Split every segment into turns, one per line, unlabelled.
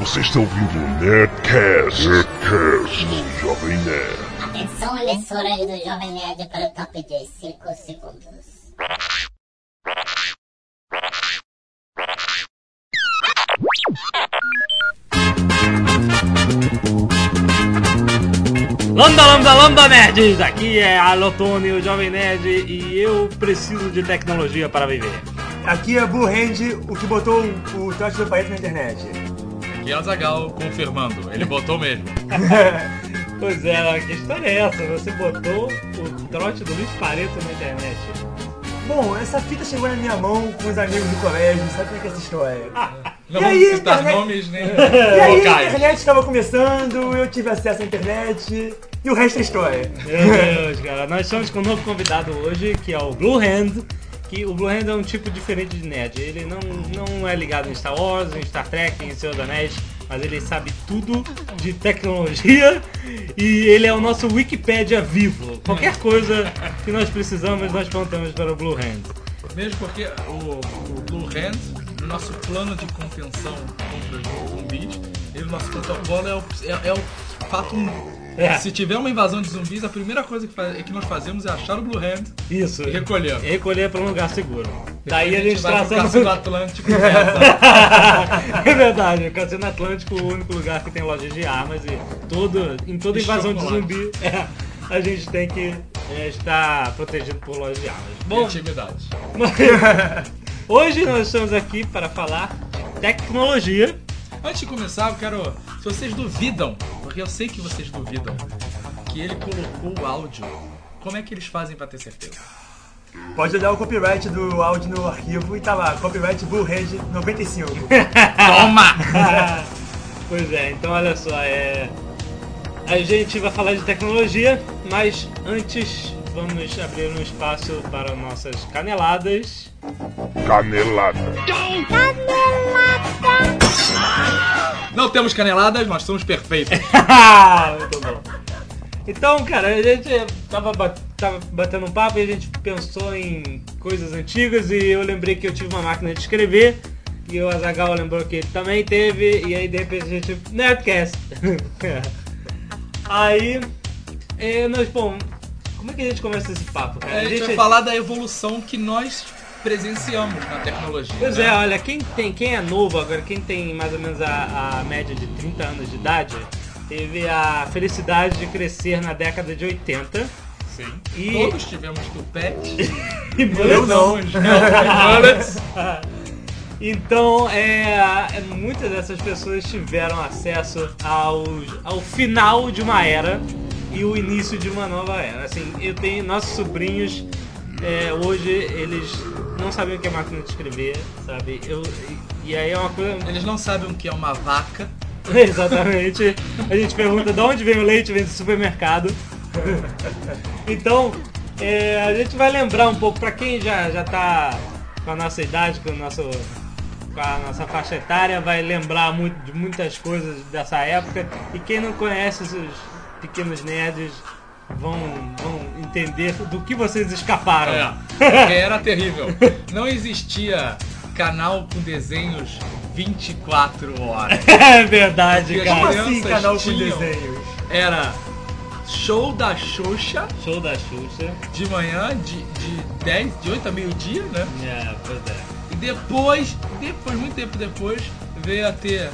Você está ouvindo o Nerdcast, Nerdcast no Jovem Nerd.
Atenção, emissoras do Jovem Nerd para o top de 5 segundos.
Lambda, lambda, lambda, nerds! Aqui é Alotone, o Jovem Nerd, e eu preciso de tecnologia para viver.
Aqui é Blue Hand, o que botou o, o trote do país na internet.
E é Azagal confirmando, ele botou mesmo.
Pois é, a questão é essa, você botou o trote do Luiz Pareto na internet.
Bom, essa fita chegou na minha mão com os amigos do colégio, sabe como é que é essa história?
Não
E
vamos
aí,
citar
internet?
nomes nem
e aí, a
locais.
internet estava começando, eu tive acesso à internet, e o resto é história.
Meu Deus, cara, nós estamos com um novo convidado hoje, que é o Blue Hand. Que o Blue Hand é um tipo diferente de nerd. Ele não, não é ligado em Star Wars, em Star Trek, em Senhor dos Anéis, mas ele sabe tudo de tecnologia e ele é o nosso Wikipédia vivo. Qualquer coisa que nós precisamos, nós plantamos para o Blue Hand.
Mesmo porque o, o Blue Hand, no nosso plano de contenção contra os zumbis, ele, o nosso protocolo é o, é, é o fato um.
É.
Se tiver uma invasão de zumbis, a primeira coisa que, faz- que nós fazemos é achar o Blue Hand
Isso.
e recolher.
E Recolher para um lugar seguro. Daí
Depois
a gente
vai pro
traçamos.
Cássio do Atlântico e reza.
É verdade, o Cassino Atlântico é o único lugar que tem lojas de armas e todo, em toda
E
invasão de
chocolate.
zumbi é, a gente tem que é, estar protegido por lojas de armas. Bom,
Intimidade.
mas- hoje nós estamos aqui para falar de tecnologia.
Antes de começar, eu quero. Se vocês duvidam, porque eu sei que vocês duvidam, que ele colocou o áudio, como é que eles fazem pra ter certeza?
Pode olhar o copyright do áudio no arquivo e tá lá, copyright Blue Hand 95.
Toma!
pois é, então olha só, é, a gente vai falar de tecnologia, mas antes vamos abrir um espaço para nossas caneladas.
Canelada.
Não temos caneladas, nós somos perfeitos.
Muito bom. Então, cara, a gente tava, ba- tava batendo um papo e a gente pensou em coisas antigas e eu lembrei que eu tive uma máquina de escrever e o Azagal lembrou que ele também teve e aí de repente a gente. Nerdcast! aí. é, nós, bom, como é que a é gente começa esse papo, cara?
A gente vai falar da evolução que nós presenciamos na tecnologia.
Pois
né?
é, olha, quem, tem, quem é novo agora, quem tem mais ou menos a, a média de 30 anos de idade, teve a felicidade de crescer na década de 80.
Sim.
E-
Todos tivemos tupete.
E
Eu não.
Somos bullets.
Então, é, muitas dessas pessoas tiveram acesso aos, ao final de uma era e o início de uma nova era. Assim, eu tenho nossos sobrinhos, é, hoje eles não sabem o que é máquina de escrever, sabe? Eu, e, e aí é uma coisa.
Eles não sabem o que é uma vaca.
Exatamente. A gente pergunta de onde vem o leite, vem do supermercado. Então, é, a gente vai lembrar um pouco, pra quem já, já tá com a nossa idade, com, o nosso, com a nossa faixa etária, vai lembrar muito, de muitas coisas dessa época. E quem não conhece os pequenos nerds vão, vão entender do que vocês escaparam.
É, porque era terrível. Não existia canal com desenhos 24 horas.
É verdade,
E as
cara.
Como assim,
crianças
canal com
tinham.
desenhos?
Era show da Xuxa
Show da Xuxa.
de manhã, de, de 10, de 8 a meio-dia, né?
É, pois é.
E depois, depois, muito tempo depois, veio a ter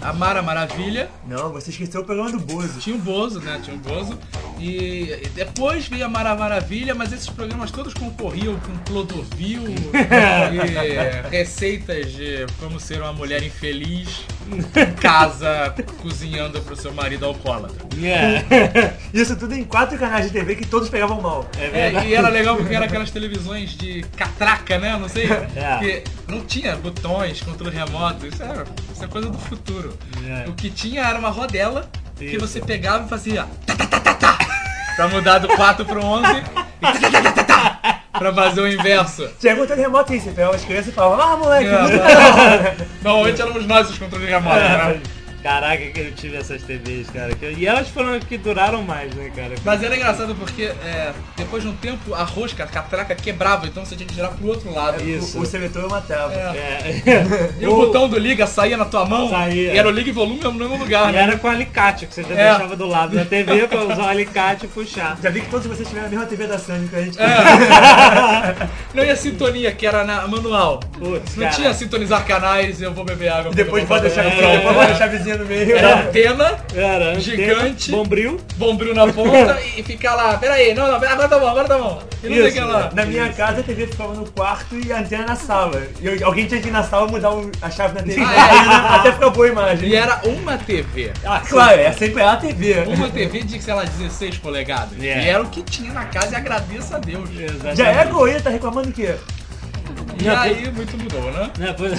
a Mara Maravilha.
Não, você esqueceu o programa do Bozo.
Tinha o Bozo, né? Tinha o Bozo. E e depois veio a Mara Maravilha, mas esses programas todos concorriam com Clodovil e receitas de como ser uma mulher infeliz em casa cozinhando pro seu marido alcoólatra.
É.
Yeah.
Isso tudo em quatro canais de TV que todos pegavam mal.
É verdade.
É, e era legal porque era aquelas televisões de catraca, né? Não sei.
É.
Que não tinha botões, controle remoto. Isso, era, isso é coisa do futuro.
É.
O que tinha era uma rodela que
Isso.
você pegava e fazia. Tá, tá, tá, tá, tá, pra mudar do 4 pro 11 e. Tá, tá, tá, tá, tá, tá, pra fazer o inverso.
Tinha controle remoto isso, então as crianças falavam, ah moleque,
É, Normalmente éramos nós os controles remotos, né?
Caraca, que eu tive essas TVs, cara. que- E elas foram as que duraram mais, né, cara?
Mas era engraçado porque é, depois de um tempo a rosca, a catraca quebrava, então você tinha que girar pro outro lado.
Isso.
O, o seletor é uma trava.
É.
É.
E o botão do liga saía na tua mão
Saía.
e era o liga e volume no mesmo lugar,
E
né?
era com alicate, que você já
É.
deixava do lado da TV pra usar o alicate e puxar.
Já vi que todos vocês tiveram a mesma TV da Sony que a gente
É, Não e a sintonia que era na manual.
Putz,
Não
cara.
tinha sintonizar canais, eu vou beber água.
E depois
porque
pode
eu
deixar
vou beber
no
água.
front, depois pode deixar a vizinha no meio.
Era antena,
Era antena,
Gigante.
Bombril.
bombril na ponta e ficar lá, peraí, não, não, agora tá bom, agora tá bom. E não sei o que
Isso,
lá.
Na minha casa a TV ficava no quarto e a antena na sala. E eu- alguém tinha que ir na sala mudar o- a chave da TV
Ah,
Era- até ficar boa a imagem.
E é? era uma TV.
Ah, claro, é sempre a TV.
Uma TV de, sei lá, 16 polegadas.
É.
E era o que tinha na casa e agradeço a Deus.
Exatamente.
Já é goeira, tá reclamando o quê?
E aí muito mudou, né?
Né, pois-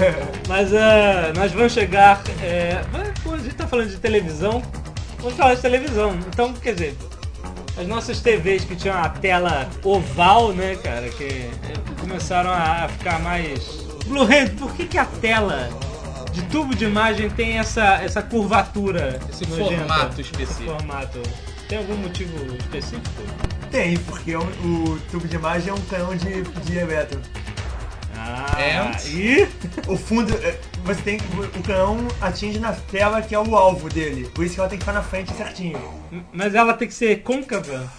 Mas eh, nós vamos chegar. eh, mas, pô, a gente tá falando de televisão, vamos falar de televisão. Então, quer dizer, as nossas TVs que tinham a tela oval, né, cara, que eh, começaram a ficar mais. Blu-ray, por que, que a tela de tubo de imagem tem essa, essa curvatura?
Esse
nojenta?
formato específico.
Esse formato. Tem algum motivo específico?
Tem, porque o, o tubo de imagem é um canhão de, de elétron.
Ah,
É.
e
O fundo, é, você tem o canhão atinge na tela que é o alvo dele. Por isso que ela tem que ficar na frente certinho.
Mas ela tem que ser côncava?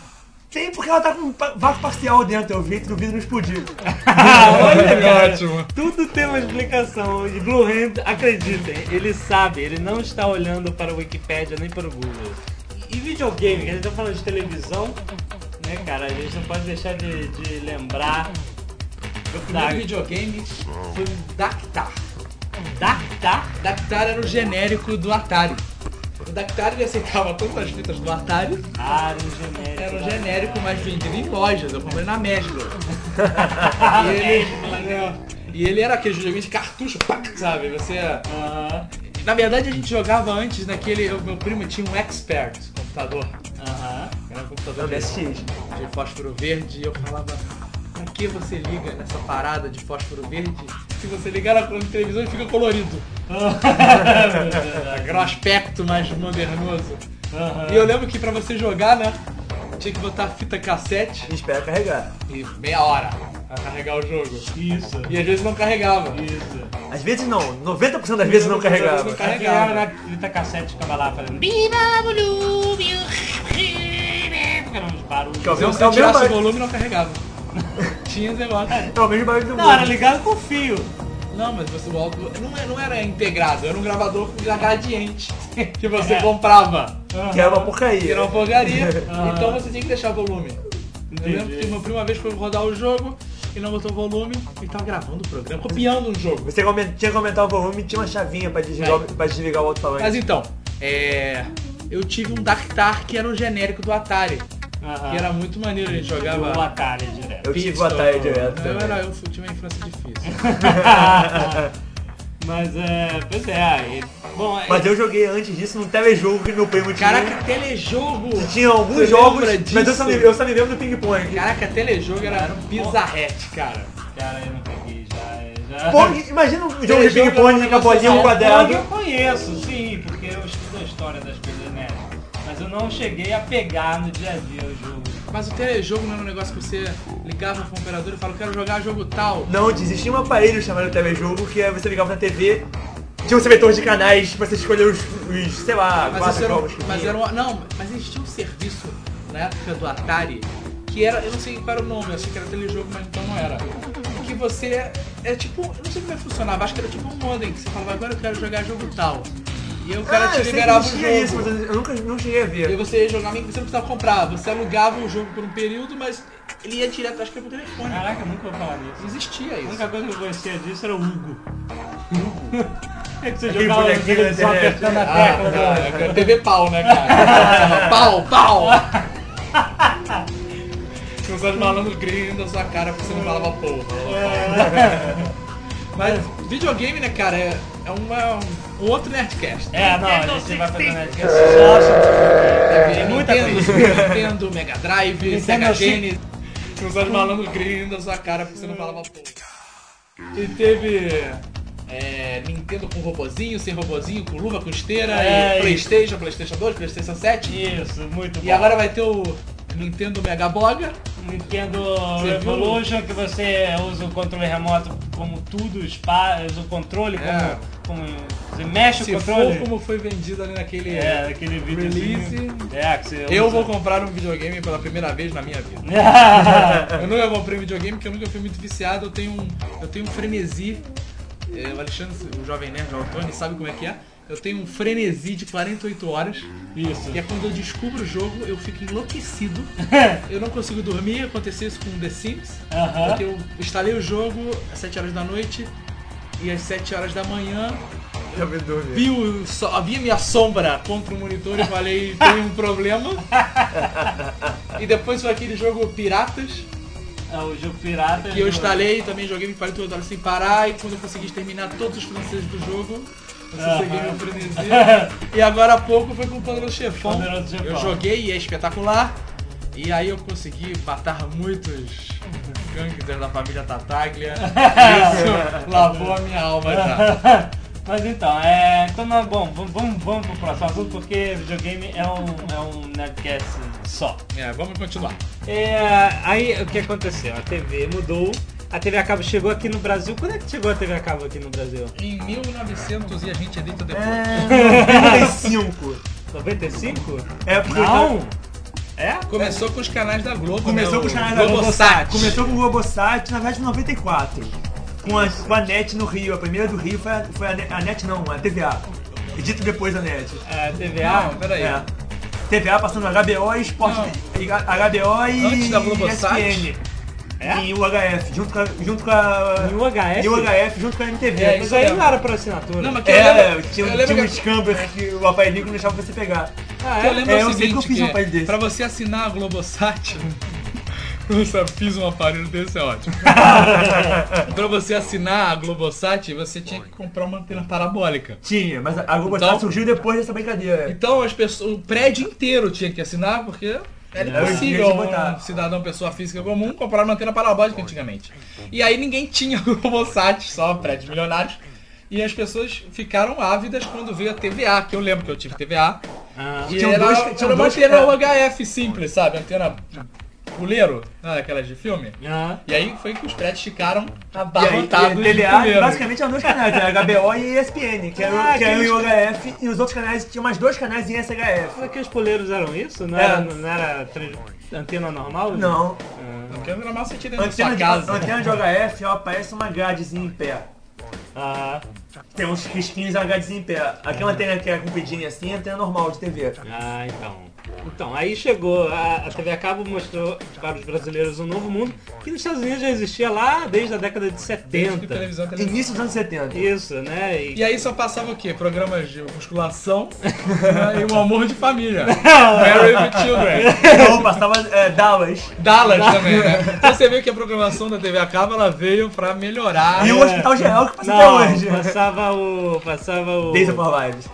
Tem porque ela tá com um pa- vácuo parcial dentro, eu vi que o vidro não explodiu.
Olha, cara.
Ótimo.
Tudo tem uma explicação. E Blue Hand, acreditem, ele sabe, ele não está olhando para a Wikipédia nem para o Google. E videogame, que a gente tá falando de televisão, né, cara? A gente não pode deixar de, de lembrar
Meu primeiro
Tá.
videogame foi um Dactar.
da tá?
Dactar era o genérico do Atari. O Dactar ele aceitava todas as fitas do Atari.
Ah, era um genérico.
Era o
lá.
genérico mais vendido em lojas, eu comprei na Mesbla.
Ah,
E
é,
ele,
né?
e ele era aquele videogame de cartucho, pá, sabe? Você.
Aham,
Na verdade a gente jogava antes naquele. o Meu primo tinha um Expert computador.
aham.
Era um
É o
computador de-
DSX.
de fósforo verde e eu falava, pra que você liga nessa parada de fósforo verde se você ligar na televisão e fica colorido? Aquele aspecto mais modernoso.
Aham.
E eu lembro que pra você jogar, né? Tinha que botar fita cassete
E espera carregar.
e meia hora pra carregar o jogo.
Isso,
E às vezes não carregava.
isso.
Às vezes não, 90% das vezes não carregava.
Carregava.
Aquela hora na fita cassete ficava lá fazendo. Ficaram uns barulhos.
Então,
Então, se
é
eu
o mesmo
tirasse o
barulho-
volume, não carregava. Tinha esse negócio.
é o mesmo barulho do
Não, era
mundo.
ligado com fio.
Não, mas você, o áudio não, é- não era integrado, era um gravador com gradiente que você
É.
comprava.
Que era uma
Que
porcaria.
era uma porcaria,
Ah.
então você tinha que deixar o volume.
Entendi.
Eu lembro que meu primo uma vez foi rodar o jogo e não botou o volume e tava gravando o programa, copiando um jogo.
Você aument- tinha que aumentar o volume e tinha uma chavinha pra desligar, o- pra desligar o
Mas
alto-falante.
então, é, eu tive um Dactar que era o genérico do Atari,
Ah.
que era muito maneiro, a gente
o
jogava.
Atari direto.
Eu tive o
Pistol.
Atari direto.
Eu,
também.
era, eu fui- tive uma infância difícil.
Mas é. Pois é, aí. Bom, é-
Mas eu joguei antes disso num telejogo que meu primo tinha.
Caraca, telejogo!
Tinha alguns
Você
jogos,
lembra
mas eu
disso?
só, me, eu só me lembro do ping-pong.
Caraca, telejogo era um bizarrete, cara.
Cara, eu não peguei já. é, já...
Pong- Imagina um jogo de
Telejogo é um
ping-pong com a
negócio
bolinha, um
sério.
Pong
quadrado.
eu conheço, sim, porque eu estudo a história das coisas né? Mas eu não cheguei a pegar no dia a dia o jogo.
Mas o telejogo não era um negócio que você ligava pro operador e falava, quero jogar jogo tal.
Não, existia um aparelho chamado telejogo que é você ligava na TV, tinha um seletor de canais pra você escolher os, os, sei lá,
Mas,
quatro
isso era, um-
jogos que
mas
tinha.
era um- Não, mas existia um serviço na época do Atari que era. Eu não sei qual era o nome, eu achei que era telejogo, mas então não era. Que você. É tipo. Eu não sei como é que funcionava, acho que era tipo um modem, que você falava, agora eu quero jogar jogo tal. E aí o cara
ah,
te
eu sei que
liberava o jogo.
existia isso, mas eu nunca não cheguei a
E aí
ver.
você ia jogar, mas você não precisava comprar, você alugava o jogo por um período, mas ele ia direto, acho que era pro telefone.
Ah.
Caraca, eu nunca vou falar disso.
Existia
A
isso.
única coisa que eu conhecia disso era o Hugo. é que você
Aquele
jogava
bonequinho
aquele
da
só
internet.
apertando a
Ah,
tecla.
tá, é TV pau, né, cara? pau, pau! Tinha uns malandros gringos da sua cara porque você não falava porra. Mas videogame, né, cara, é, é uma- um outro Nerdcast.
É, não, a gente vai fazer Nerdcast só sobre
Tem
videogame.
é muita
Nintendo.
Nintendo, coisa. Nintendo, é Mega Drive, Sega
Nintendo Sega.
Genesis. Tinha uns malandros gringos da sua cara porque você não falava porra. E teve é, Nintendo com robozinho, sem robozinho, com luva, com esteira,
É,
e
isso.
Playstation, Playstation 2, Playstation 7.
Isso, muito bom.
E agora vai ter o Nintendo Mega Boga.
Nintendo
viu?
Revolution, que você usa o controle remoto como tudo, spa, usa o controle
É.
como, como. Você mexe
Se
o controle.
for como foi vendido ali naquele...
É, aquele vídeo.
Release.
É, que você
Eu
usa.
vou comprar um videogame pela primeira vez na minha vida. Eu nunca comprei videogame porque eu nunca fui muito viciado. Eu tenho um, eu tenho um frenesi. É, o Alexandre, o jovem nerd, o Antônio, sabe como é que é. Eu tenho um frenesi de 48 horas.
Isso.
E é quando eu descubro o jogo, eu fico enlouquecido. Eu não consigo dormir. Aconteceu isso com The Sims.
Aham.
Porque eu instalei o jogo às 7 horas da noite. E às 7 horas da manhã,
Já me dormi.
vi, o, so- vi a minha sombra contra o monitor e falei, tem um problema. e depois foi aquele jogo Piratas,
É o jogo pirata.
que eu instalei e também joguei me 48 horas sem parar. E quando eu consegui terminar todos os franceses do jogo, eu consegui
Aham.
meu frenesi. e agora há pouco foi com o Poderoso Chefão.
Poderoso Chefão.
Eu joguei e é espetacular. E aí eu consegui matar muitos gangsters da família Tataglia. Isso lavou a minha alma já.
Mas então, é. Então, não, bom, vamos, vamos, vamos pro próximo assunto, porque videogame é um, é um Nerdcast só.
É, vamos continuar.
É, aí o que aconteceu? A TV mudou. A TV a cabo chegou aqui no Brasil. Quando é que chegou a TV a cabo aqui no Brasil?
Em 1900 e a gente é dentro depois.
É, 95.
95?
É, porque
Não! É?
Começou com os canais da Globo.
Começou
né?
com os
O
canais da
Globosat.
Começou com o Globosat, na verdade, em 94. Com a, com a NET no Rio. A primeira do Rio foi a, foi a, Ne- a NET, não, a TVA. Edito depois a NET.
É, A TVA?
Não, peraí.
É. TVA passando HBO e Sport. E a- HBO e.
Ah. Antes da Globosat?
ESPN.
É?
E o HF, junto com a. Junto com a
E o HF?
E o HF junto com a MTV.
É,
Mas
isso
aí
mesmo.
não era por assinatura.
Não, mas que eu
É,
lembro,
tinha,
eu
tinha
lembro
uns
que, É.
campers que o aparelho não deixava você pegar.
Ah,
eu
é?
lembro
é,
o
eu sei
seguinte,
que eu fiz um aparelho desse.
pra você assinar a Globosat... Nossa, fiz um aparelho desse, é ótimo. pra você assinar a Globosat, você tinha que comprar uma antena parabólica.
Tinha, mas a Globosat
Então-
surgiu depois dessa brincadeira.
Então as pessoas, o prédio inteiro tinha que assinar, porque era
Era
impossível
difícil de botar.
um cidadão, pessoa física comum, comprar uma antena parabólica antigamente. E aí ninguém tinha Globosat, só prédios milionários. E as pessoas ficaram ávidas quando veio a TVA, que eu lembro que eu tive TVA.
Ah,
E
Tinham
era,
dois-
era
tinham
uma
dois-
antena UHF simples, sabe? Antena puleiro, né? aquelas de filme.
ah.
E aí foi que os prédios ficaram
E aí,
abarrotados de
TVA,
puleiro.
basicamente eram dois canais, né? era HBO e ESPN, que eram
Ah,
que eram
aqueles-
o HF e os outros canais, tinha mais dois canais em SHF.
Será que os poleiros eram isso? Não
É.
era, não era trans- antena normal?
Não,
Porque era mal você tinha dentro da
antena
sua
de,
casa.
antena de HF ó, parece uma gradezinha em pé.
Ah,
Tem uns risquinhos na gradezinha em pé. Aquela antena que é compridinha assim é antena normal de TV.
ah, então. Então, aí chegou, a, a TV a cabo mostrou para os brasileiros um novo mundo que nos Estados Unidos já existia lá desde a década de
Desde
70.
televisão, televisão.
Início dos anos 70.
Isso, né? E-
E aí só passava o quê? Programas de musculação né, e um amor de família. Mary
É.
with Children.
Então passava é, Dallas.
Dallas também, né? Então você vê que a programação da TV a cabo, ela veio pra melhorar.
E o
É.
Hospital Geral que passa
Não,
até hoje.
passava o. Passava o.
Days of Our Lives.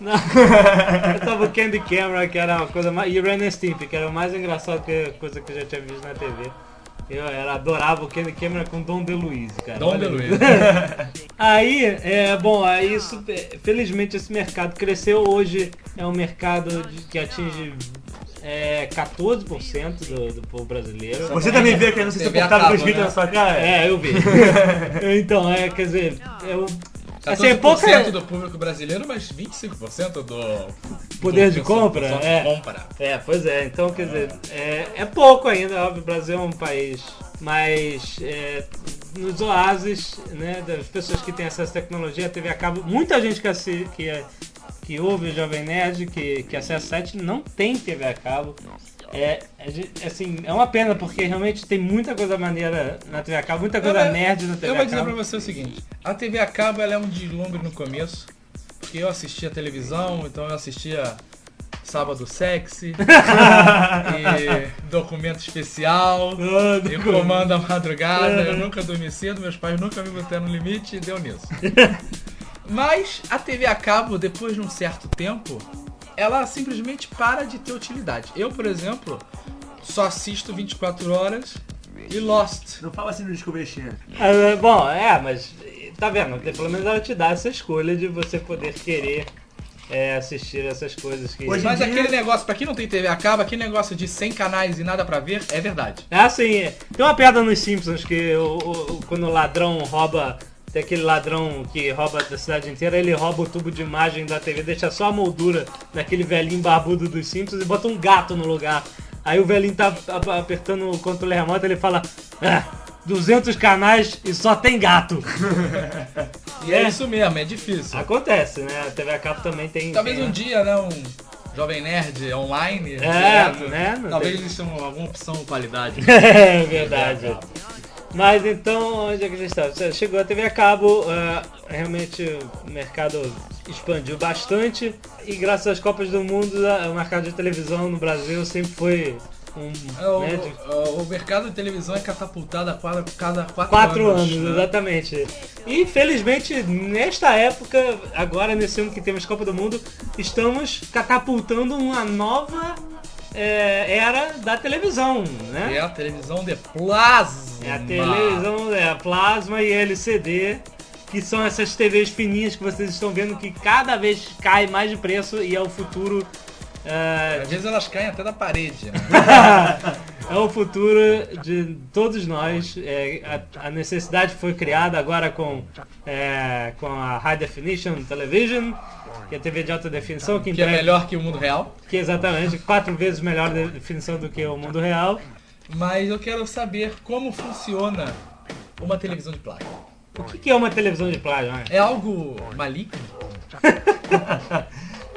Não. Passava o Candy Camera, que era uma coisa mais. E o Ren and Stimpy, que era o mais engraçado que a coisa que eu já tinha visto na TV. Eu era, adorava o Candy Camera com Dom DeLuise, cara.
Dom
Olha aí.
DeLuise.
Aí, é bom, aí isso, é, felizmente esse mercado cresceu. Hoje é um mercado de- que atinge é, 14% do, do povo brasileiro.
Você também vê que não se
TV
suportava com os
acaba,
gritos
né?
na sua cara?
É, eu vi. então, é, quer dizer, eu. Assim, é
14%
pouca.
do público brasileiro, mas 25% do...
Poder
do
de
pessoal-
compra,
pessoal
é.
que compra.
É, pois é. Então, quer dizer, é, é pouco ainda, óbvio, o Brasil é um país, mas é, nos oásis, né, das pessoas que têm acesso à tecnologia, a TV a cabo, muita gente que, assi- que, é- que ouve o Jovem Nerd, que, que acessa o site, não tem TV a cabo. É, a gente- assim, é uma pena, porque realmente tem muita coisa maneira na TV a cabo, muita coisa
Eu-
nerd na TV
Eu
a
vou dizer pra
cabo.
você o seguinte, a TV a cabo ela é um deslumbre no começo, porque eu assistia televisão, então eu assistia Sábado Sexy, e Documento Especial,
Ah,
e
do-
Comando à Madrugada, eu nunca dormi cedo, meus pais nunca me botaram no limite e deu nisso. Mas a TV a cabo, depois de um certo tempo, ela simplesmente para de ter utilidade. Eu, por exemplo, só assisto 24 horas e Lost.
Não fala assim no Discovery Channel.
Ah, bom, é, mas Tá vendo? Pelo menos ela te dá essa escolha de você poder querer é, assistir essas coisas que.
Hoje-
Mas
em dia-
aquele negócio, pra quem não tem TV a cabo, aquele negócio de 100 canais e nada pra ver, é verdade.
É assim, é. tem uma piada nos Simpsons que o, o- o- quando o ladrão rouba. Tem aquele ladrão que rouba da cidade inteira, ele rouba o tubo de imagem da TV, deixa só a moldura daquele velhinho barbudo dos Simpsons e bota um gato no lugar. Aí o velhinho tá a- a- apertando o controle remoto, ele fala: ah, 200 canais e só tem gato.
E é,
É.
isso mesmo, é difícil.
Acontece, né? A TV a cabo também tem.
Talvez
tem,
um
né?
dia, né, um Jovem Nerd online.
É, né, não
Talvez
tem-
exista um- alguma opção qualidade.
É verdade. Mas então, onde é que a gente está? Você Chegou a TV a cabo, ah, realmente o mercado expandiu bastante e graças às Copas do Mundo, a- o mercado de televisão no Brasil sempre foi um...
É O,
né, de
o- o mercado de televisão é catapultado a cada, cada quatro,
Quatro anos,
né?
exatamente. E felizmente, nesta época, agora nesse ano que temos Copa do Mundo, estamos catapultando uma nova eh, era da televisão, né?
É a televisão de plasma.
É a televisão, é a plasma e LCD, que são essas TVs fininhas que vocês estão vendo que cada vez cai mais de preço e é o futuro. é,
Às vezes elas caem até da parede, né?
é o futuro de todos nós. É, a, a necessidade foi criada agora com, é, com a High Definition Television, que é a TV de alta definição, que,
que é
entrega-
melhor que o mundo real.
que é exatamente quatro vezes melhor de- definição do que o mundo real.
Mas eu quero saber como funciona uma televisão de plasma.
O que, que é uma televisão de plasma?
É algo maligno?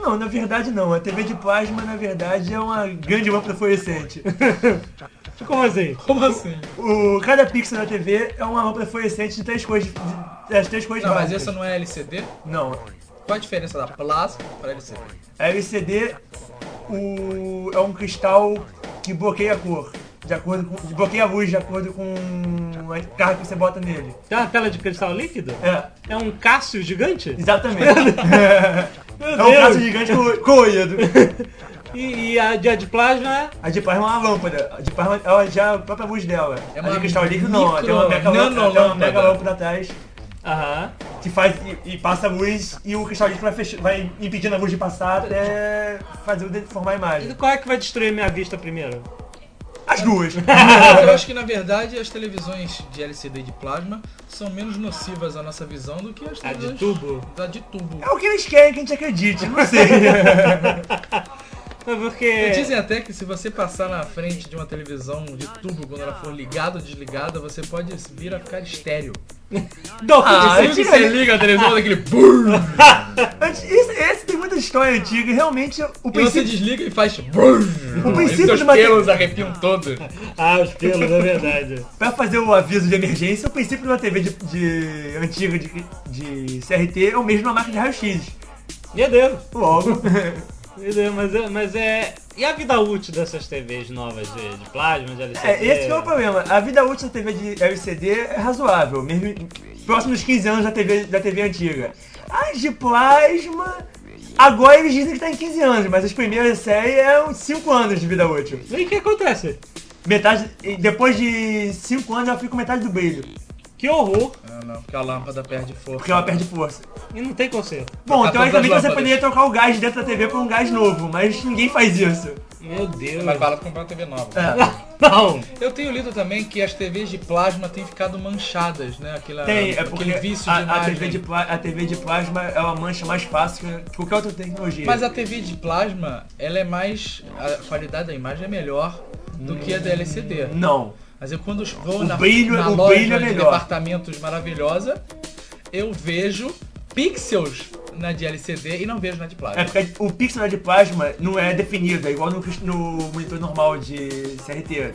Não, na verdade não. A TV de plasma, na verdade, é uma grande lâmpada fluorescente.
Como assim?
Como assim?
O, cada pixel da TV é uma lâmpada fluorescente de três cores. de- das três cores
Não, mas
básicas.
essa não é LCD?
não.
Qual a diferença da plasma para LCD?
A LCD o, é um cristal que bloqueia a cor. De acordo com. de- bloqueia a luz de acordo com a carga que você bota nele.
Tem É uma tela de cristal líquido?
É,
É um Cássio gigante?
exatamente.
Meu
é um caso gigante colo- colorido.
E, e a dia de plasma né?
A de plasma é uma lâmpada. A de plasma ela já a própria luz dela.
É
a
uma
de cristal líquido não, ela tem uma mega
micro-
lâmpada, tem uma mega
nanolâmpada.
lâmpada atrás
Aham.
que faz e, e passa a luz e o cristal líquido vai, fech- vai impedindo a luz de passar até fazer o de- formar a
E
imagem.
qual é que vai destruir minha vista primeiro?
As duas.
Eu acho que na verdade as televisões de LCD e de plasma são menos nocivas à nossa visão do que as
A de
televisões
tubo?
da de tubo.
É o que eles querem que a gente acredite, não sei.
É porque.
Dizem até que se você passar na frente de uma televisão de tubo quando ela for ligada ou desligada, você pode vir a ficar estéreo.
Não,
Ah,
isso, é
que
isso,
você liga a televisão daquele burro
isso- esse tem muita história antiga e realmente o
e você
princípio.
desliga e faz burro.
O princípio
e seus
de uma-
pelos arrepiam todos.
Ah, os pelos, é verdade.
Pra fazer o aviso de emergência, o princípio de uma TV de, de- antiga de, de CRT é o mesmo de uma marca de raio-x.
Meu Deus,
Logo.
meu Deus, mas, é- mas é. E a vida útil dessas TVs novas de, de plasma, de LCD?
É, esse que é o problema. A vida útil da TV de LCD é razoável, mesmo em- próximo dos 15 anos da TV, da TV antiga. As de plasma. Agora eles dizem que tá em 15 anos, mas as primeiras séries é uns 5 anos de vida útil.
E o que acontece?
Metade. e Depois de 5 anos ela fica com metade do brilho,
Que horror!
Ah, não, porque a lâmpada perde força.
porque ela perde força.
E não tem conserto.
Bom,
Trocar todas as
teoricamente você
lâmpadas.
poderia trocar o gás dentro da TV por um gás novo, mas ninguém faz isso.
Meu Deus.
Mais barato comprar uma TV nova.
É,
Não!
Eu tenho lido também que as TVs de plasma têm ficado manchadas, né? Aquela,
tem, é porque
aquele vício
a,
de
a
imagem.
TV de pla- a TV de plasma é uma mancha mais fácil que qualquer outra tecnologia.
Mas a TV de plasma, ela é mais. A qualidade da imagem é melhor do que a da LCD.
Não.
Mas eu quando vou
O
na,
brilho-
na
o
loja
brilho é
de
melhor.
departamentos maravilhosa, eu vejo pixels na de LCD e não vejo na de plasma.
É porque o pixel de plasma não é definido, é igual no, crist- no monitor normal de CRT.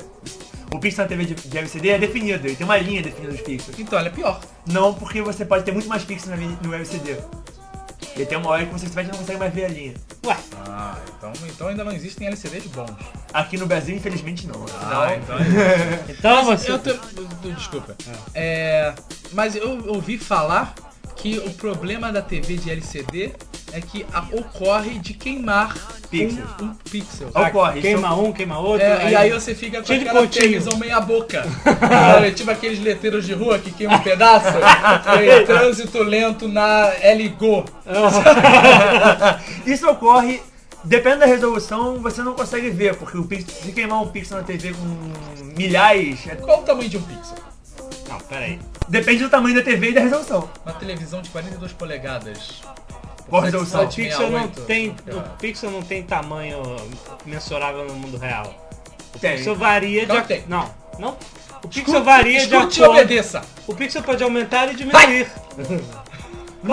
O pixel na TV de, de LCD é definido, ele tem uma linha definida dos pixels.
Então ela é pior.
Não porque você pode ter muito mais pixels na vi- no LCD. E tem uma hora que você simplesmente não consegue mais ver a linha.
Ué,
Ah, então, então ainda não existem LCDs bons.
Aqui no Brasil, infelizmente, não.
Ah,
Afinal,
então.
então você.
Eu te- eu- Desculpa. É, mas eu ouvi falar que o problema da TV de LCD é que a- ocorre de queimar
Pixels.
um, um pixel.
Ah, Ocorre,
Queima um, queima outro.
É, e aí você fica com
Cheio de
aquela
pontinho.
televisão meia boca. Sabe? tipo aqueles letreiros de rua que queimam um pedaço. E trânsito lento na L-Go.
Ah,
Isso ocorre, dependendo da resolução, você não consegue ver, porque o pixel, se queimar um pixel na TV com milhares, é-
Qual o tamanho de um pixel?
Não, peraí.
depende do tamanho da TV e da resolução.
Uma televisão de 42 polegadas.
Qual resolução?
então, O pixel, não
68,
tem,
sei lá.
o pixel não tem tamanho mensurável no mundo real. O
Tem.
pixel varia de
Não
ac-
tem.
Não, não. O pixel varia
Escute
de
e
acordo.
obedeça.
O pixel pode aumentar e diminuir.
Numa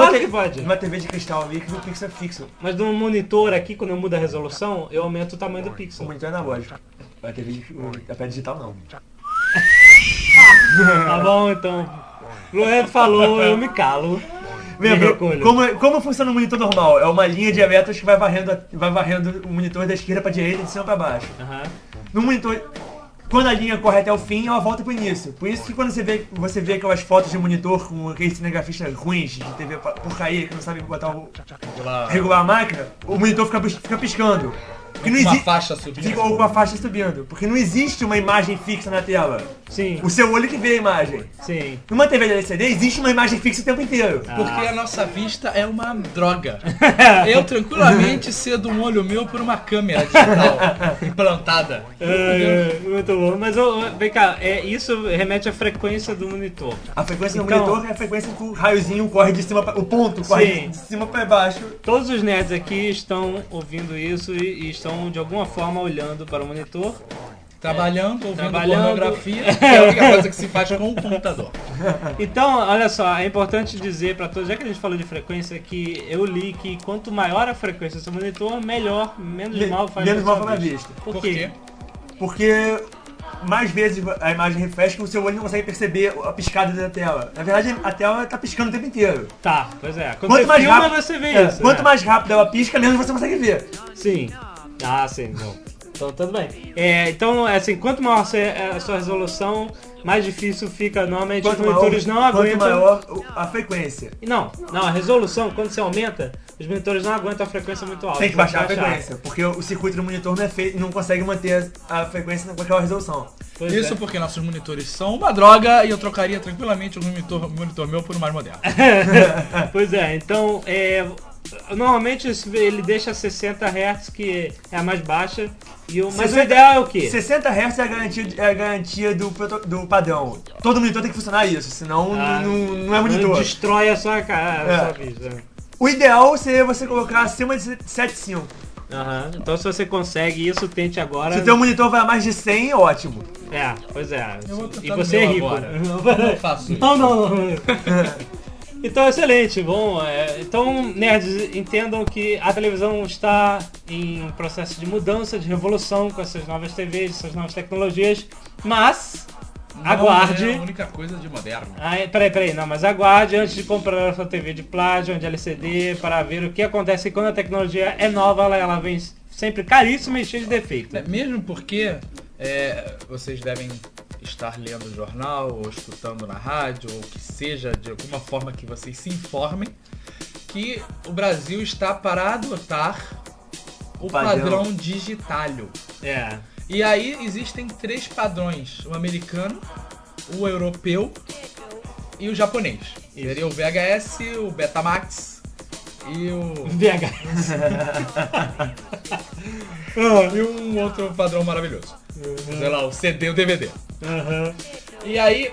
Claro
te-
que pode.
Numa TV de cristal líquido, o pixel é fixo.
Mas no monitor aqui, quando eu mudo a resolução, eu aumento o tamanho do
O
pixel.
monitor é analógico. A TV de, o- a pé digital não.
Tá bom, então. Luan falou, eu me calo. me
Lembra,
recolho.
como, como funciona um monitor normal? É uma linha de elétrons que vai varrendo, a- vai varrendo o monitor da esquerda pra direita e de cima pra baixo.
Aham.
No monitor, quando a linha corre até o fim, ela volta pro início. Por isso que quando você vê, você vê aquelas fotos de monitor com aqueles cinegrafistas ruins de TV pa- porcaria que não sabe botar o, regular a máquina, o monitor fica, pis- fica piscando. Porque não
Uma
existe.
faixa subindo.
Ou com a faixa subindo. Porque não existe uma imagem fixa na tela.
Sim,
O seu olho que vê a imagem.
sim.
Numa TV de LCD existe uma imagem fixa o tempo inteiro.
Porque a
Ah.
nossa vista é uma droga. Eu tranquilamente cedo um olho meu por uma câmera digital implantada.
É, é, muito bom. Mas ô, ô, vem cá, é, isso remete à frequência do monitor.
A frequência do
Então-
monitor é a frequência que o raiozinho corre de cima pra, O ponto corre
Sim.
de cima pra baixo.
Todos os nerds aqui estão ouvindo isso e, e estão de alguma forma olhando para o monitor.
Trabalhando, ouvindo
Trabalhando.
pornografia, que é a única coisa que se faz com o computador.
Então, olha só, é importante dizer para todos, já que a gente falou de frequência, que eu li que quanto maior a frequência do seu monitor, melhor, menos
Me-
mal faz
menos
pra
mal
sua
faz pra vista.
Por,
Por
quê?
quê?
Porque mais vezes a imagem refresca e o seu olho não consegue perceber a piscada da tela. Na verdade, a tela tá piscando o tempo inteiro.
Tá, pois é. Quando
Quanto
você
mais
filma,
rápido-
você vê
é,
isso.
Quanto
né?
mais rápido ela pisca, menos você consegue ver.
Sim. Ah, sim, bom. Então tudo bem. É, então, assim, quanto maior a sua- a sua resolução, mais difícil fica. Normalmente
Quanto
os monitores não
quanto
aguentam.
maior o- a frequência.
Não, não, a resolução, quando você aumenta, os monitores não aguentam a frequência muito alta.
Tem que baixar a
Baixar.
frequência, porque o circuito do monitor não, é feito, não consegue manter a, a frequência com aquela resolução.
Pois é.
Isso porque nossos monitores são uma droga e eu trocaria tranquilamente um monitor, monitor meu por um mais moderno.
Pois é, então é, normalmente esse- ele deixa 60 Hz, que é a mais baixa, e o, mas o
60
ideal é o quê?
60 Hz é a garantia, de- é a garantia do, proto- do padrão. Todo monitor tem que funcionar isso, senão
Ah,
não, não- não é monitor.
Destrói a sua cara, a
É.
sua vista.
O ideal seria você colocar acima de 7,5.
Aham, Então se você consegue isso, tente agora.
Se o teu monitor vai a mais de 100, é ótimo.
É, pois é.
Eu vou tentar
E você é
no meu
rico.
agora. Não faço isso.
Não, não, não. Então, excelente, bom. é, então, nerds, entendam que a televisão está em um processo de mudança, de revolução com essas novas TVs, essas novas tecnologias, mas
Não
aguarde.
É a única coisa de moderno.
Ah, é, peraí, peraí, não, mas aguarde antes de comprar a sua TV de plágio, é de LCD, para ver o que acontece quando a tecnologia é nova, ela, ela vem sempre caríssima e cheia de defeitos.
É, Mesmo porque é, vocês devem estar lendo o jornal, ou escutando na rádio, ou que seja, de alguma forma que vocês se informem, que o Brasil está para adotar o
Padrão.
padrão digitalho.
É.
E aí existem três padrões: o americano, o europeu e o japonês. Seria o VHS, o Betamax e o.
VHS.
E um outro padrão maravilhoso.
Uhum.
Sei lá, o CD e o DVD.
Aham.
E aí,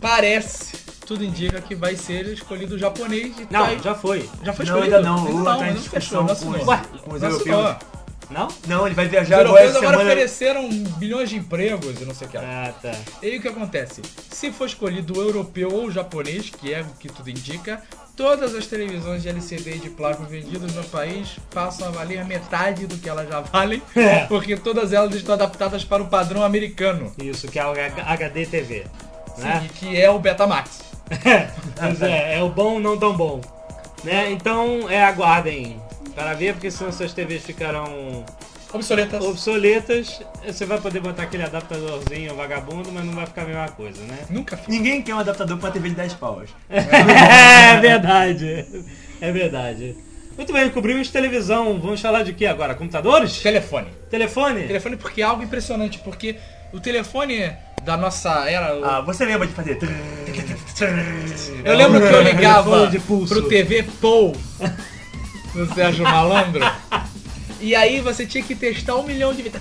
parece, tudo indica que vai ser escolhido o japonês. e
Não,
tá-
já foi.
já foi
Não,
escolhido.
ainda não. Lula tá em
ainda não fechou,
discussão
não assinou.
com os-
Ué,
com os
não
europeus.
assinou.
Não?
Não, ele vai
Os
viajar agora
europeus
essa
agora
semana.
ofereceram bilhões de empregos e não sei o que. lá.
Ah, tá.
E aí o que acontece? Se for escolhido o europeu ou o japonês, que é o que tudo indica, todas as televisões de LCD e de plasma vendidas no país passam a valer metade do que elas já valem, porque todas elas estão adaptadas para o padrão americano,
Isso, que é o HD TV.
e
Né?
que é o Betamax.
Pois é, é o bom não tão bom. Né? Então, é, aguardem para ver, porque senão suas TVs ficarão
Obsoletas.
obsoletas. Você vai poder botar aquele adaptadorzinho vagabundo, mas não vai ficar a mesma coisa, né?
Nunca fiz.
Ninguém quer um
É.
adaptador pra uma TV de 10 paus.
é verdade. É verdade. Muito bem, cobrimos televisão. Vamos falar de quê agora? Computadores?
Telefone.
Telefone?
Telefone porque é algo impressionante, porque o telefone da nossa era. o-
Ah, você lembra de fazer.
Eu lembro que eu ligava
Telefone É, de pulso.
pro TV Pou do Sérgio Malandro. E aí você tinha que testar um milhão de vezes.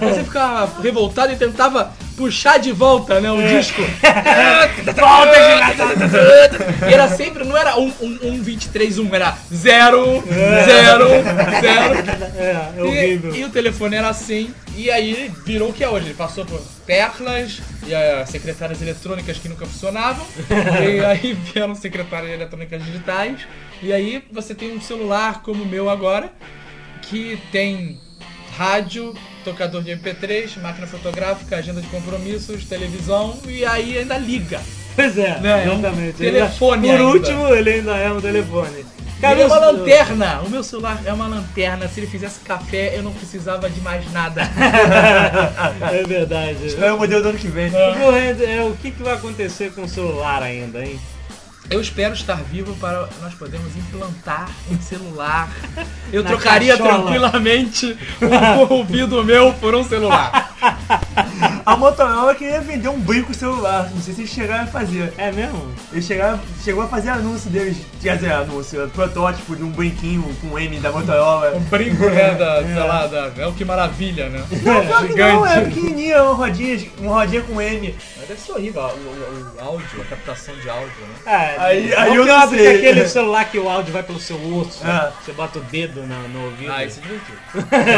Aí você ficava revoltado e tentava puxar de volta, né, o
É.
disco.
Volta de
E era sempre, não era um, um, um 23, um, era zero, zero, zero.
É, é horrível.
E, e o telefone era assim, e aí virou o que é hoje. Ele passou por teclas e eh, secretárias eletrônicas que nunca funcionavam, e aí vieram secretárias eletrônicas digitais, e aí você tem um celular como o meu agora, que tem rádio, tocador de MP3, máquina fotográfica, agenda de compromissos, televisão, e aí ainda liga.
Pois é,
Né, é um
exatamente.
telefone
Ele é- Por
ainda.
último, ele ainda é um telefone.
Ele é uma
eu-
lanterna! O meu celular é uma lanterna. Se ele fizesse café, eu não precisava de mais nada.
É verdade.
É o modelo do ano que vem.
O meu hand- é, o que, que vai acontecer com o celular ainda, hein?
Eu espero estar vivo para nós podermos implantar um celular. Eu
Na
trocaria
cachola.
tranquilamente um ouvido meu por um celular.
A Motorola queria vender um brinco celular. Não sei se eles chegaram a fazer.
É mesmo?
Eles chegaram, chegou a fazer anúncio deles. Quer dizer, anúncio, protótipo de um brinquinho com M da Motorola.
Um brinco, né? Da, sei lá, da, é o que maravilha, né?
Não, pior que não, é
Gigante.
pequenininho, é uma rodinha, uma rodinha com M.
Mas deve ser horrível o, o- o áudio, a captação de áudio, né?
É,
Aí-
não
aí
que
eu não
abra
sei.
que aquele celular que o áudio vai pelo seu osso,
Ah.
você bota o dedo na- no, ouvido.
Ah, isso é divertido.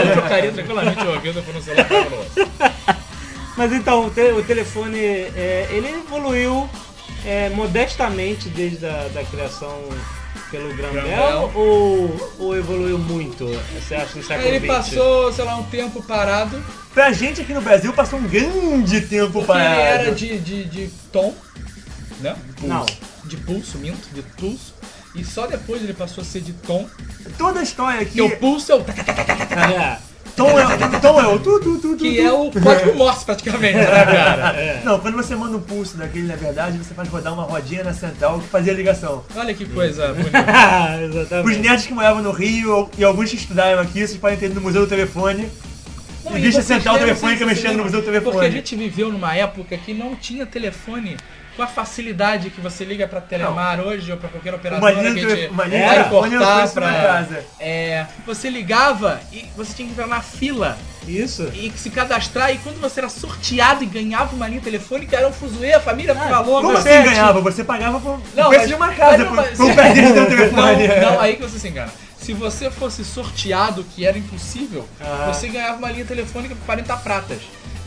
Eu trocaria tranquilamente o ouvido por um celular pelo outro.
Mas então, o, te- o telefone, é, ele evoluiu é, modestamente desde a da criação pelo Grambel
Grambel.
ou, ou evoluiu muito, você acha, é no século
Ele
XX?
passou, sei lá, um tempo parado.
Pra gente aqui no Brasil passou um grande tempo
Porque ele era
parado.
de, de, de tom, né?
Não.
De pulso, minto, de pulso. E só depois ele passou a ser de tom.
Toda a história aqui.
Que o pulso é o tacatá,
É.
Tom é, tom é o tu, tu, tu, tu,
que
tu.
é o código Morse praticamente,
É.
né, cara?
Não, quando você manda um pulso daquele, na verdade, você faz rodar uma rodinha na central que fazia ligação.
Olha que coisa bonita.
Ah,
Os
exatamente.
nerds que moravam no Rio e alguns que estudaram aqui, vocês podem ter ido no Museu do Telefone.
Não,
Existe a
vocês
central
lembram,
telefônica
vocês
mexendo no
lembram?
Museu do Telefone.
Porque a gente viveu numa época que não tinha telefone com a facilidade que você liga pra Telemar hoje ou pra qualquer operadora
linha
que
do
a
tele-
gente
uma linha do
vai
telefone era o
cortar
preço da
pra...
casa.
É, você ligava e você tinha que entrar na fila
Isso.
e se cadastrar. E quando você era sorteado e ganhava uma linha telefônica, era um fuzuê, a família falou,
Como assim
você
ganhava? Você pagava por
é tipo- Não,
o preço
mas-
de uma casa,
mas não,
por,
mas-
por perder o teu telefone.
Não, não, aí que você se engana. Se você fosse sorteado, que era impossível, você ganhava uma linha telefônica por 40 pratas.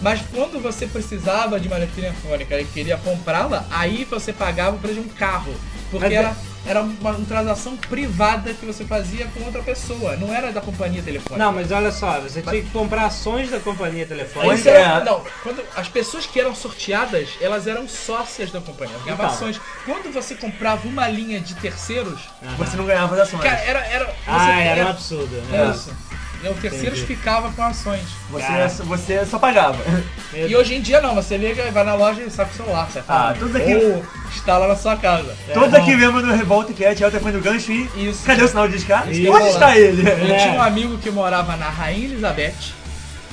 Mas quando você precisava de uma linha telefônica e queria comprá-la, aí você pagava o preço de um carro. Porque
Mas é-
era, era uma transação privada que você fazia com outra pessoa, não era da companhia telefônica.
Não, mas olha só, você tinha que comprar ações da companhia telefônica.
Eles
Pois
eram-
é.
não, quando as pessoas que eram sorteadas, elas eram sócias da companhia, elas ganhavam
Então.
ações. Quando você comprava uma linha de terceiros,
Você não ganhava das ações.
cara, era. era você-
Ah, era um absurdo,
É
né?
isso. E o terceiro
Entendi.
ficava com ações.
cara.
Você, você só pagava.
E hoje em dia não, você liga, vai na loja e saca o celular, certo?
Ah, tudo aqui-
Ou instala na sua casa.
Todos aqui lembram do Revolta que é tirar o telefone do gancho e.
É, Isso.
Cadê o sinal de discar?
Isso.
Onde está ele?
Eu
É.
tinha um amigo que morava na Rainha Elizabeth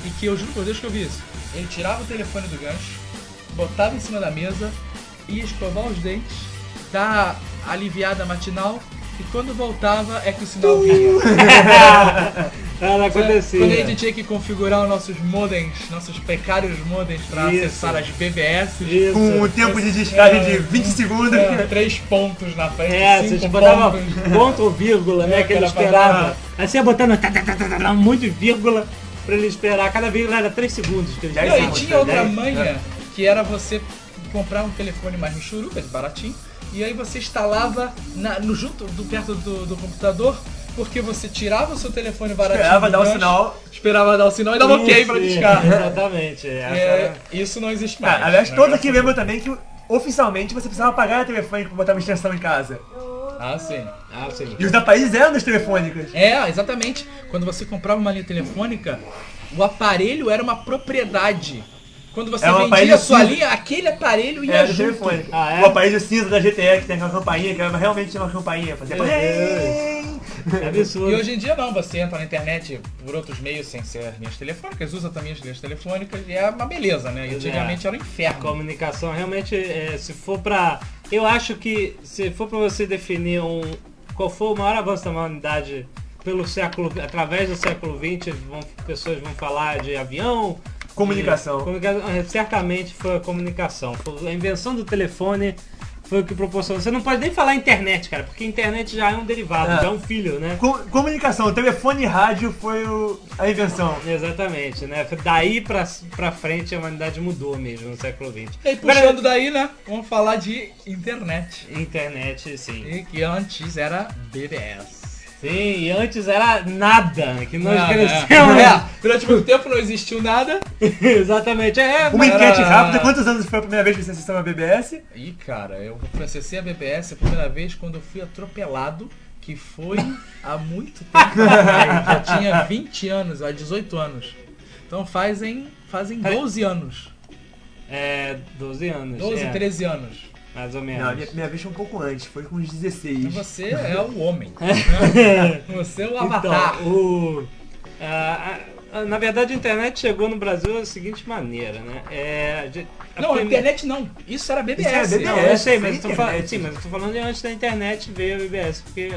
e que eu juro por Deus que eu vi isso. Ele tirava o telefone do gancho, botava em cima da mesa, ia escovar os dentes, dar a aliviada matinal e quando voltava é que o sinal vinha.
Era acontecia.
Quando a gente tinha que configurar os nossos modems, nossos precários modems pra
Isso.
acessar as BBS,
Isso.
Com um tempo de descagem de 20 segundos.
É, três pontos na frente.
É,
cinco
você botava
pontos.
ponto ou vírgula, né?
tá É,
Que ele
cara,
esperava. Aí você ia botando tá, tá, tá, tá, tá, um monte de vírgula pra ele esperar. Cada vírgula era 3 segundos. Que ele
Dez
Não, e
segundos,
tinha
né?
outra manha que era você comprar um telefone mais michuruca, de baratinho, e aí você instalava na- no, junto, do, perto do, do computador, porque você tirava o seu telefone baratinho.
Esperava
do
dar o
gancho,
sinal.
Esperava dar o sinal e dava ok pra
Isso,
discar.
Exatamente. essa
É,
era-
isso não existe mais.
Ah, aliás,
né?
todos aqui lembram também que oficialmente você precisava pagar a telefônica pra botar uma extensão em casa.
Ah, sim.
Ah, sim.
E os aparelhos eram das telefônicas.
É, exatamente. Quando você comprava uma linha telefônica, o aparelho era uma propriedade Quando você
É um
vendia a
aparelho
sua
simples.
linha, aquele aparelho ia
É, do
junto.
telefone.
Ah, é?
O aparelho cinza da GTE que tem aquela campainha, que era realmente tinha uma campainha. Fazia.
Meu É
E
absurdo.
hoje em dia não, você entra na internet por outros meios sem ser linhas telefônicas, usa também as linhas telefônicas e é uma beleza, né? E Antigamente era um
A
inferno.
comunicação realmente, é, se for pra. Eu acho que se for pra você definir um. Qual foi o maior avanço da humanidade pelo século. através do século XX, vão, pessoas vão falar de avião.
Comunicação.
de- comunica- é, certamente foi a comunicação. Foi a invenção do telefone foi o que proporcionou. Você não pode nem falar internet, cara, porque internet já é um derivado,
É.
já é um filho, né?
Com- comunicação, telefone e rádio foi o- a invenção.
Exatamente, né? Daí pra, pra frente a humanidade mudou mesmo no século XX.
E aí, puxando daí, né? Vamos falar de internet.
Internet, sim.
E que antes era BBS.
Sim, e antes era nada, que nós
Não,
crescemos.
é. É, durante muito tempo não existiu nada.
Exatamente, é.
Uma
Era-
enquete rápida, quantos anos foi a primeira vez que você assistiu a BBS?
Ih, cara, eu processei a BBS a primeira vez quando eu fui atropelado, que foi há muito tempo atrás. Já tinha 20 anos, há 18 anos. Então fazem, fazem 12 anos.
É, 12 anos.
12,
é,
13 anos.
Mais ou
Não, a
menos.
minha primeira vez foi um pouco antes, foi com uns
Então
16.
você é o homem. né?
Então,
Você é o avatar.
Então, o. a- a- a- na verdade, a internet chegou no Brasil da seguinte maneira, né? É, de-
não, a
prime-
internet não. Isso era BBS.
Isso era
Não,
BBS.
eu sei, mas eu,
sem
é.
tô falando,
internet.
sim, mas eu tô falando de antes da internet veio a BBS, porque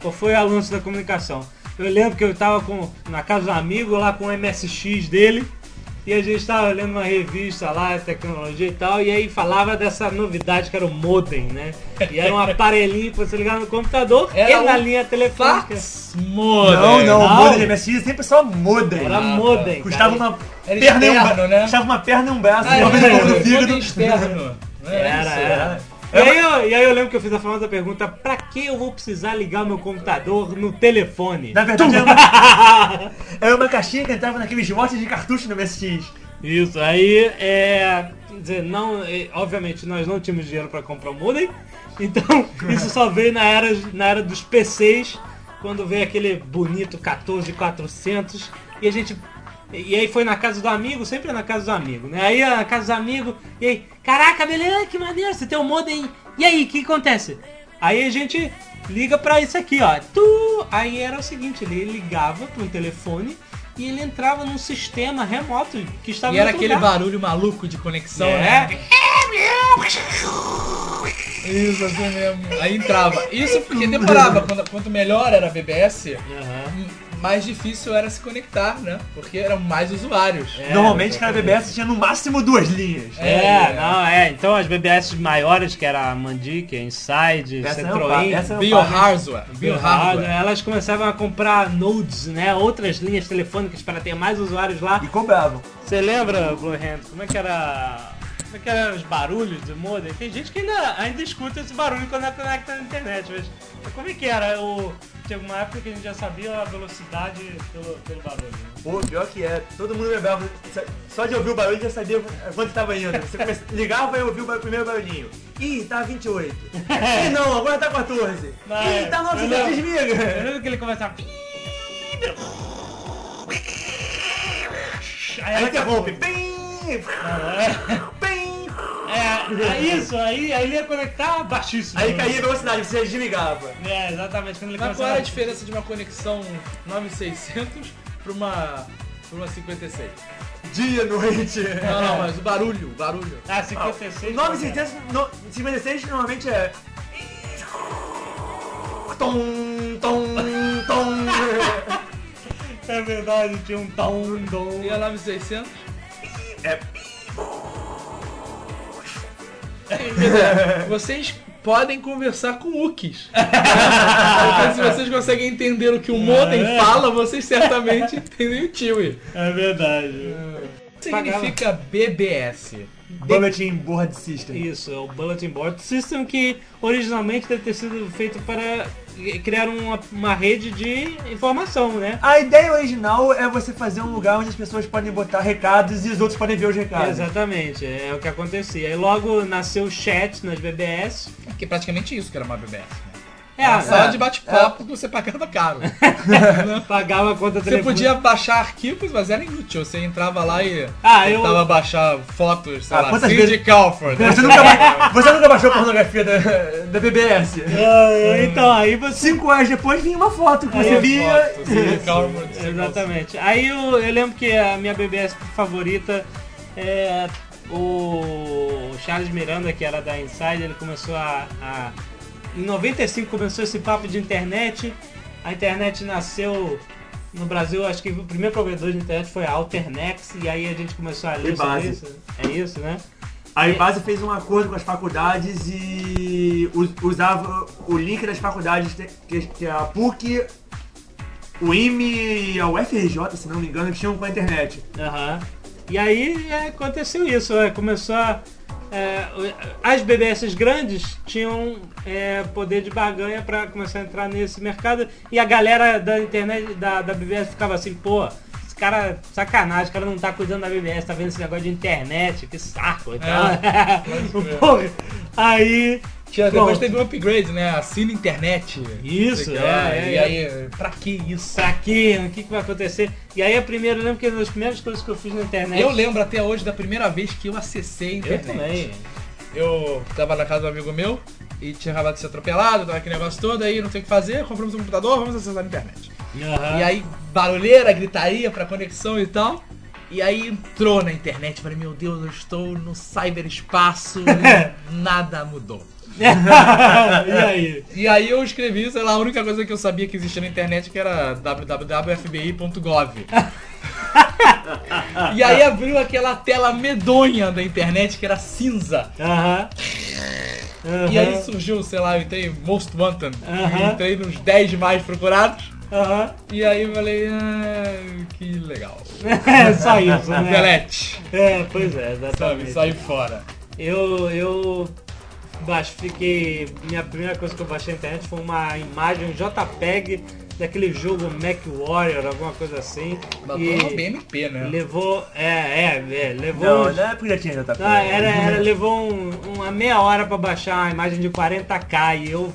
pô, foi o lance da comunicação. Eu lembro que eu tava com, na casa do amigo lá com o MSX dele, e a gente tava olhando uma revista lá, tecnologia e tal, e aí falava dessa novidade que era o modem, né? E era um aparelhinho que você ligava no computador
Era
e na
um
linha telefônica.
Fax modem.
Não, não,
Não.
o modem de MSX sempre é só modem.
Era modem.
Custava
cara.
uma
Era
perna e um
externo,
braço.
né?
Custava uma perna e um braço,
Ah, é,
talvez um pouco do É.
é, modem
fígado.
externo. Não era
Era,
É isso?
era. E aí, eu, e aí eu lembro que eu fiz a famosa pergunta, pra que eu vou precisar ligar meu computador no telefone?
Na verdade, era uma, era uma caixinha que entrava naqueles lotes de cartucho no MSX.
Isso, aí é. quer Dizer, não, é, obviamente nós não tínhamos dinheiro para comprar o modem, então isso só veio na era, na era dos PCs, quando veio aquele bonito 14400 e a gente. E aí foi na casa do amigo, sempre na casa do amigo, né? Aí na casa do amigo, e aí, caraca, beleza, que maneiro, você tem um modem, e aí, o que acontece? Aí a gente liga pra isso aqui, ó. Tu... Aí era o seguinte, ele ligava pra um telefone e ele entrava num sistema remoto que estava
E
em
era
outro
aquele
lugar.
barulho maluco de conexão, né?
É,
Isso, assim mesmo. Aí entrava. Isso porque demorava. Quando- quanto melhor era a BBS,
Aham.
mais difícil era se conectar, né? Porque eram mais usuários.
É,
Normalmente cada BBS tinha no máximo duas linhas.
é, não, é. Então as BBS maiores, que era a Mandic, a Inside,
Essa é o pa-
Centroin,
essa é o
Bio hardware. Bio
Hardware, é.
hardware.
elas começavam a comprar nodes, né? Outras linhas telefônicas para ter mais usuários lá.
E cobravam.
Você lembra, Blue Hand, como é que era. Como é que eram os barulhos do modem? Tem gente que ainda, ainda escuta esse barulho quando ela conecta na internet, mas como é que era? O, tinha uma época que a gente já sabia a velocidade pelo, pelo barulho. né?
Pô, pior que é, todo mundo lembrava. Só de ouvir o barulho já sabia quanto tava indo. Você começa- ligava e ouvia o ba- primeiro barulhinho. Ih, tá 28. Ih, não, agora tá 14.
Vai.
Ih, tá 9,
Não. Eu
desliga.
lembro que ele começava.
Aí é interrompe. Pim! então. Pim!
É, é isso, aí, aí ele ia conectar baixíssimo.
Aí caía a velocidade, você desligava.
É, exatamente, quando ele
Mas
começava.
qual era a diferença de uma conexão 9600 pra uma, pra uma 56?
Dia, noite.
Não, não, mas o barulho, o barulho.
Ah,
Ah,
56.
9,600, no- 56 normalmente é. Tom, tom, tom.
É verdade, tinha um tom, dom.
E a 9600?
É.
Quer dizer, Vocês podem conversar com UKs. Então, se vocês conseguem entender o que o modem
É.
fala, vocês certamente entendem o Tiwi.
É verdade.
O que significa BBS?
Bulletin Board System.
Isso, é o Bulletin Board System que originalmente deve ter sido feito para criar uma, uma rede de informação, né?
A ideia original é você fazer um lugar onde as pessoas podem botar recados e os outros podem ver os recados.
Exatamente, é o que acontecia. E logo nasceu o chat nas BBS.
Que é praticamente isso que era uma BBS. né?
É, a
Sala de bate-papo que você pagava caro.
pagava a conta
Você
telefônica.
podia baixar arquivos, mas era inútil. Você entrava lá e
Ah, eu-
tentava baixar fotos, sei
Ah,
lá,
quantas
Cindy
vezes-
Calford.
Você nunca, ba- você nunca baixou pornografia da, da BBS.
Ah, então, aí você
Cinco horas depois vinha uma É, foto que você
Aí,
via.
Fotos, Cindy Calford. Cindy
Exatamente. Aí eu, eu lembro que a minha BBS favorita é o Charles Miranda, que era da Inside, ele começou a, a- Em 95 começou esse papo de internet. A internet nasceu no Brasil, acho que o primeiro provedor de internet foi a Alternex, e aí a gente começou a ler
E
sobre
base.
isso. É isso, né?
A Ibase fez um acordo com as faculdades e us- usava o link das faculdades, te- que que a PUC, o IME e a UFRJ, se não me engano, tinham com a internet.
Aham. E aí é, aconteceu isso, é, começou a. é, o- as BBS grandes tinham é, poder de barganha para começar a entrar nesse mercado e a galera da internet, da, da BBS ficava assim, pô, esse cara, sacanagem, o cara não tá cuidando da BBS, tá vendo esse negócio de internet, que saco. Então,
É, crer.
Porra, aí.
Tinha- depois
pronto.
teve um upgrade, né? Assina internet.
Isso,
Sei lá,
é,
E
é,
aí, pra que isso?
Saquei, o que, que vai acontecer? E aí a primeira, eu lembro que uma das primeiras coisas que eu fiz na internet.
Eu lembro até hoje da primeira vez que eu acessei a
Eu
internet.
também.
Eu tava na casa de um amigo meu e tinha acabado de ser atropelado, tava aquele negócio todo, aí não tem o que fazer, compramos um computador, vamos acessar a internet.
Aham.
E aí, barulheira, gritaria pra conexão e tal. E aí entrou na internet, falei, meu Deus, eu estou no cyberespaço e nada mudou.
e aí?
E aí eu escrevi, sei lá, a única coisa que eu sabia que existia na internet que era www.fbi.gov. e aí abriu aquela tela medonha da internet que era cinza.
Aham.
E aí
Aham.
surgiu, sei lá, eu entrei Most Wanted.
Aham.
E entrei nos 10 mais procurados.
Aham.
E aí eu falei, ah, que legal.
É só isso, né?
Delete,
É, pois é,
sabe?
exatamente.
Saiu fora.
Eu, eu baix- fiquei. Minha primeira coisa que eu baixei na internet foi uma imagem um JPEG daquele jogo Mac Warrior, alguma coisa assim.
Mandou uma
E
BMP, né?
levou. É, é, é, levou.
Não, né?
uns-
na época já tinha JP.
Não, era, era- levou um- uma meia hora pra baixar uma imagem de 40k e eu.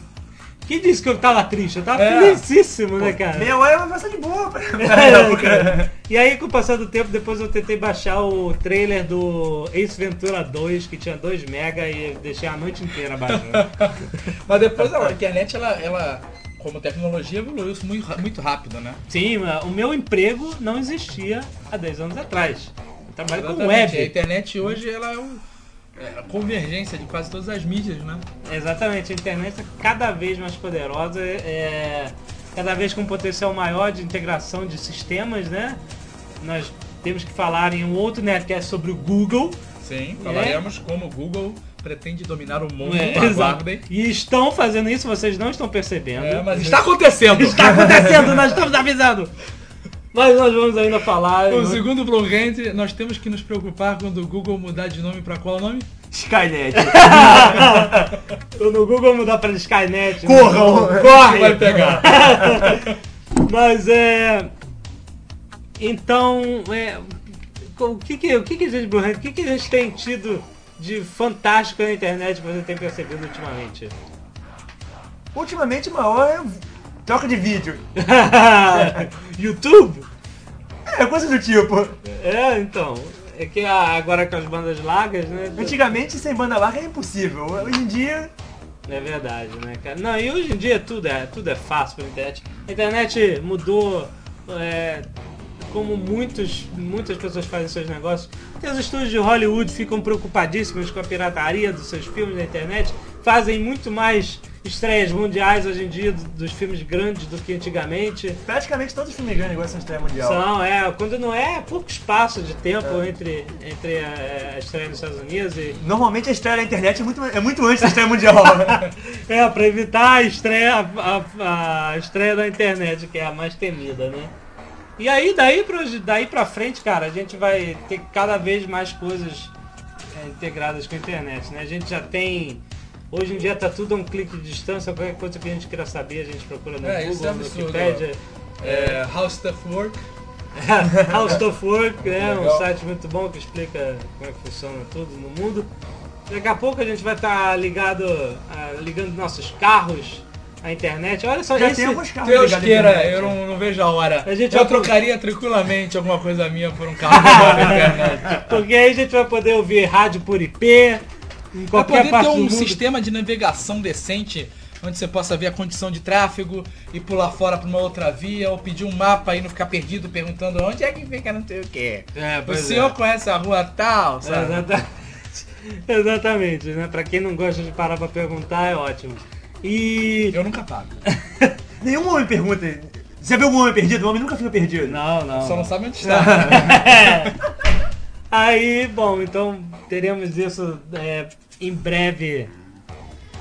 Quem disse que eu tava triste? Eu tava
É.
felicíssimo, né, cara?
Meia hora é uma peça de boa pra pra
É,
época.
cara. e aí, com o passar do tempo, depois eu tentei baixar o trailer do Ace Ventura 2, que tinha 2 mega e eu deixei a noite inteira baixando.
Mas depois a internet, ela, ela como tecnologia, evoluiu isso muito, ra- muito rápido, né?
Sim, mas o meu emprego não existia há 10 anos atrás. Eu trabalho É com
Exatamente. A
web.
internet hoje, ela é, um, é a convergência de quase todas as mídias, né?
Exatamente, a internet é cada vez mais poderosa, é, cada vez com um potencial maior de integração de sistemas, né? Nós temos que falar em um outro netcast sobre o Google.
Sim, falaremos como o Google pretende dominar o mundo.
É,
Aguardem.
E estão fazendo isso, vocês não estão percebendo.
É, mas está acontecendo!
Está tá acontecendo, nós estamos avisando! Mas nós vamos ainda falar.
No segundo Blogend, nós temos que nos preocupar quando o Google mudar de nome pra qual nome?
Skynet.
No Google mudar para Skynet. né?
Corram!
Quem Vai pegar.
Mas é. Então, é, o que que, o que que a gente, Bruno, o que que a gente tem tido de fantástico na internet que você tem percebido ultimamente?
Ultimamente, uma hora é troca de vídeo.
YouTube?
É coisa do tipo.
É, então. É que a- agora com as bandas largas, né?
Antigamente, sem banda larga era impossível. Hoje em dia,
É verdade, né, cara? Não, e hoje em dia tudo é, tudo é fácil pela internet. A internet mudou é, como muitos, muitas pessoas fazem seus negócios. Até os estúdios de Hollywood ficam preocupadíssimos com a pirataria dos seus filmes na internet. Fazem muito mais estreias mundiais hoje em dia do- dos filmes grandes do que antigamente.
praticamente todos os filmes grandes agora são estreia mundial.
São, é, quando não é, é pouco espaço de tempo entre, entre é, a, a estreia nos Estados Unidos e,
Normalmente a estreia na internet é muito, é muito antes da estreia mundial. né?
É, pra evitar a estreia, a, a estreia da internet, que é a mais temida, né? E aí, daí pra, daí pra frente, cara, a gente vai ter cada vez mais coisas é, integradas com a internet, né? A gente já tem... Hoje em dia tá tudo a um clique de distância, qualquer coisa que a gente queira saber, a gente procura no
É, isso
Google,
é
no
absurdo,
Wikipedia.
É, How Stuff Work.
How Stuff Work, né? Um
Legal.
site muito bom que explica como é que funciona tudo no tá mundo. Daqui a pouco a gente vai estar ligado, ah, ligando nossos carros a internet. Olha só,
Já
esse...
tem alguns carros
Deus
ligados à
queira,
internet,
eu
né?
não, não vejo a hora.
Ah, A gente
eu
vai-
trocaria tranquilamente alguma coisa minha por um carro ligado à internet.
Porque aí a gente vai poder ouvir rádio por IP, em
Pra
qualquer
poder ter
parte do
um
mundo.
sistema de navegação decente, onde você possa ver a condição de tráfego e pular fora pra uma outra via, ou pedir um mapa e não ficar perdido perguntando onde é que fica não sei o que.
É,
O
pois
senhor conhece a rua tal,
é. É,
sabe?
Exatamente. Exatamente, né? Pra quem não gosta de parar pra perguntar, é ótimo. E...
Eu nunca pago.
Nenhum homem pergunta. Você já viu algum homem perdido? O homem nunca fica perdido.
Não, não.
Só não sabe onde está.
Aí, bom, então teremos isso é, em breve.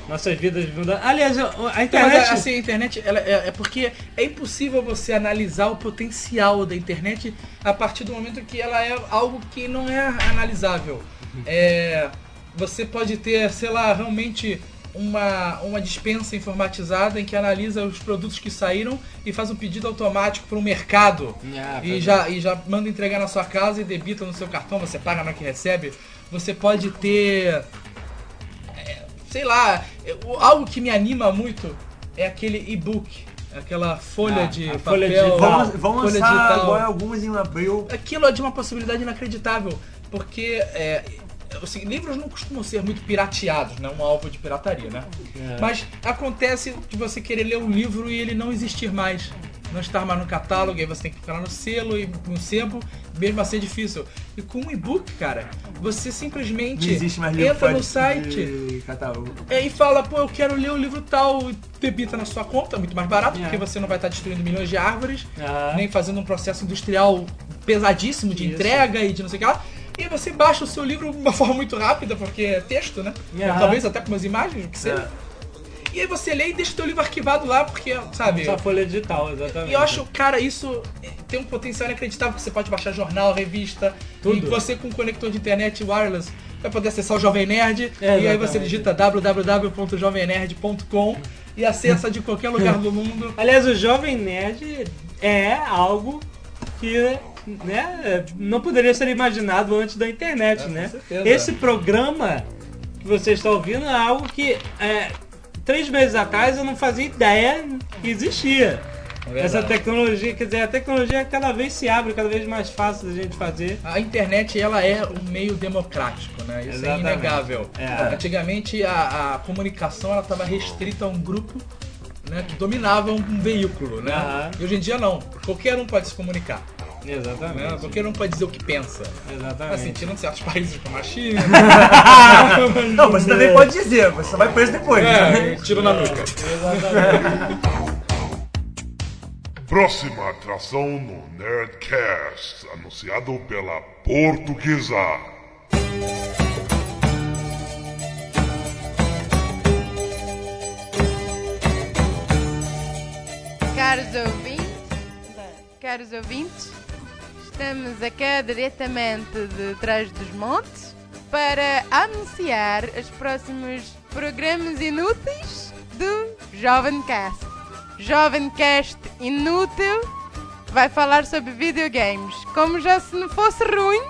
Nossas vidas mudando. Aliás, a internet.
Mas assim, a internet, ela, é, é porque é impossível você analisar o potencial da internet a partir do momento que ela é algo que não é analisável. É, você pode ter, sei lá, realmente uma, uma dispensa informatizada em que analisa os produtos que saíram e faz um pedido automático para o mercado.
Ah,
e, já, e já manda entregar na sua casa e debita no seu cartão, você paga na que recebe. Você pode ter sei lá, eu- algo que me anima muito é aquele e-book, aquela folha
Ah,
de
a
papel,
folha digital.
Vão, vão
folha
lançar
digital.
agora alguns em abril.
Aquilo é de uma possibilidade inacreditável, porque é, assim, livros não costumam ser muito pirateados, né? Um alvo de pirataria, né?
É.
Mas acontece de você querer ler um livro e ele não existir mais. Não estar mais no catálogo, aí você tem que ficar lá no selo e no sebo, mesmo assim é difícil. E com um e-book, cara, você
Não
simplesmente
existe mais livro
entra no
de-
site,
de catálogo.
é, e fala, pô, eu quero ler o livro tal, e debita na sua conta, muito mais barato,
É.
porque você não vai estar destruindo milhões de árvores,
Ah.
nem fazendo um processo industrial pesadíssimo de
Isso.
entrega e de não sei o que lá. E você baixa o seu livro de uma forma muito rápida, porque é texto, né?
É.
Talvez até com umas imagens, o que seja. E aí você lê e deixa o teu livro arquivado lá, porque, sabe...
Essa folha digital, exatamente.
E eu acho, cara, isso tem um potencial inacreditável, porque você pode baixar jornal, revista,
Tudo.
e você com um conector de internet wireless vai poder acessar o Jovem Nerd,
É,
e aí
exatamente.
você digita www.jovemnerd.com e acessa de qualquer lugar do mundo.
Aliás, o Jovem Nerd é algo que né, não poderia ser imaginado antes da internet,
É, com
né?
certeza.
Esse programa que você está ouvindo é algo que é, três meses atrás eu não fazia ideia que existia.
É
Essa tecnologia, quer dizer, a tecnologia cada vez se abre, cada vez mais fácil da gente fazer.
A internet ela é um meio democrático, né? Isso
Exatamente.
é inegável.
É.
Antigamente a, a comunicação ela estava restrita a um grupo né, que dominava um, um veículo, né?
Aham.
E hoje em dia não. Qualquer um pode se comunicar, né?
Exatamente.
Qualquer um pode dizer o que pensa. Tá
Exatamente.
sentindo certos países como a China.
Não, você também pode dizer, você só vai preso depois. né?
é, tiro na nuca.
Próxima atração no Nerdcast, anunciado pela Portuguesa.
Caros ouvintes, caros ouvintes, estamos aqui diretamente de trás dos montes para anunciar os próximos programas inúteis do Jovem Cast. Jovem Cast inútil vai falar sobre videogames, como já se não fosse ruim,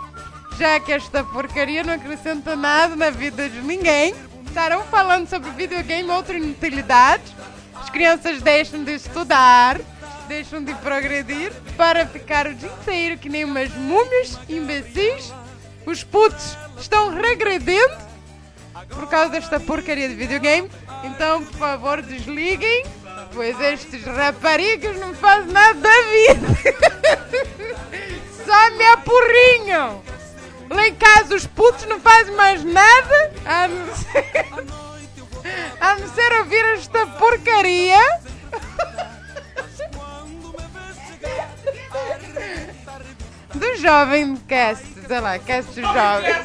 já que esta porcaria não acrescenta nada na vida de ninguém. Estarão falando sobre videogame e outras inutilidades. As crianças deixam de estudar, deixam de progredir para ficar o dia inteiro que nem umas múmias imbecis. Os putos estão regredindo por causa desta porcaria de videogame. Então, por favor, desliguem, pois estes raparigas não fazem nada da vida. Só me apurrinham. Lá em casa os putos não fazem mais nada a não ser, a não ser ouvir esta porcaria. Do jovem cast, sei lá, cast do jovem.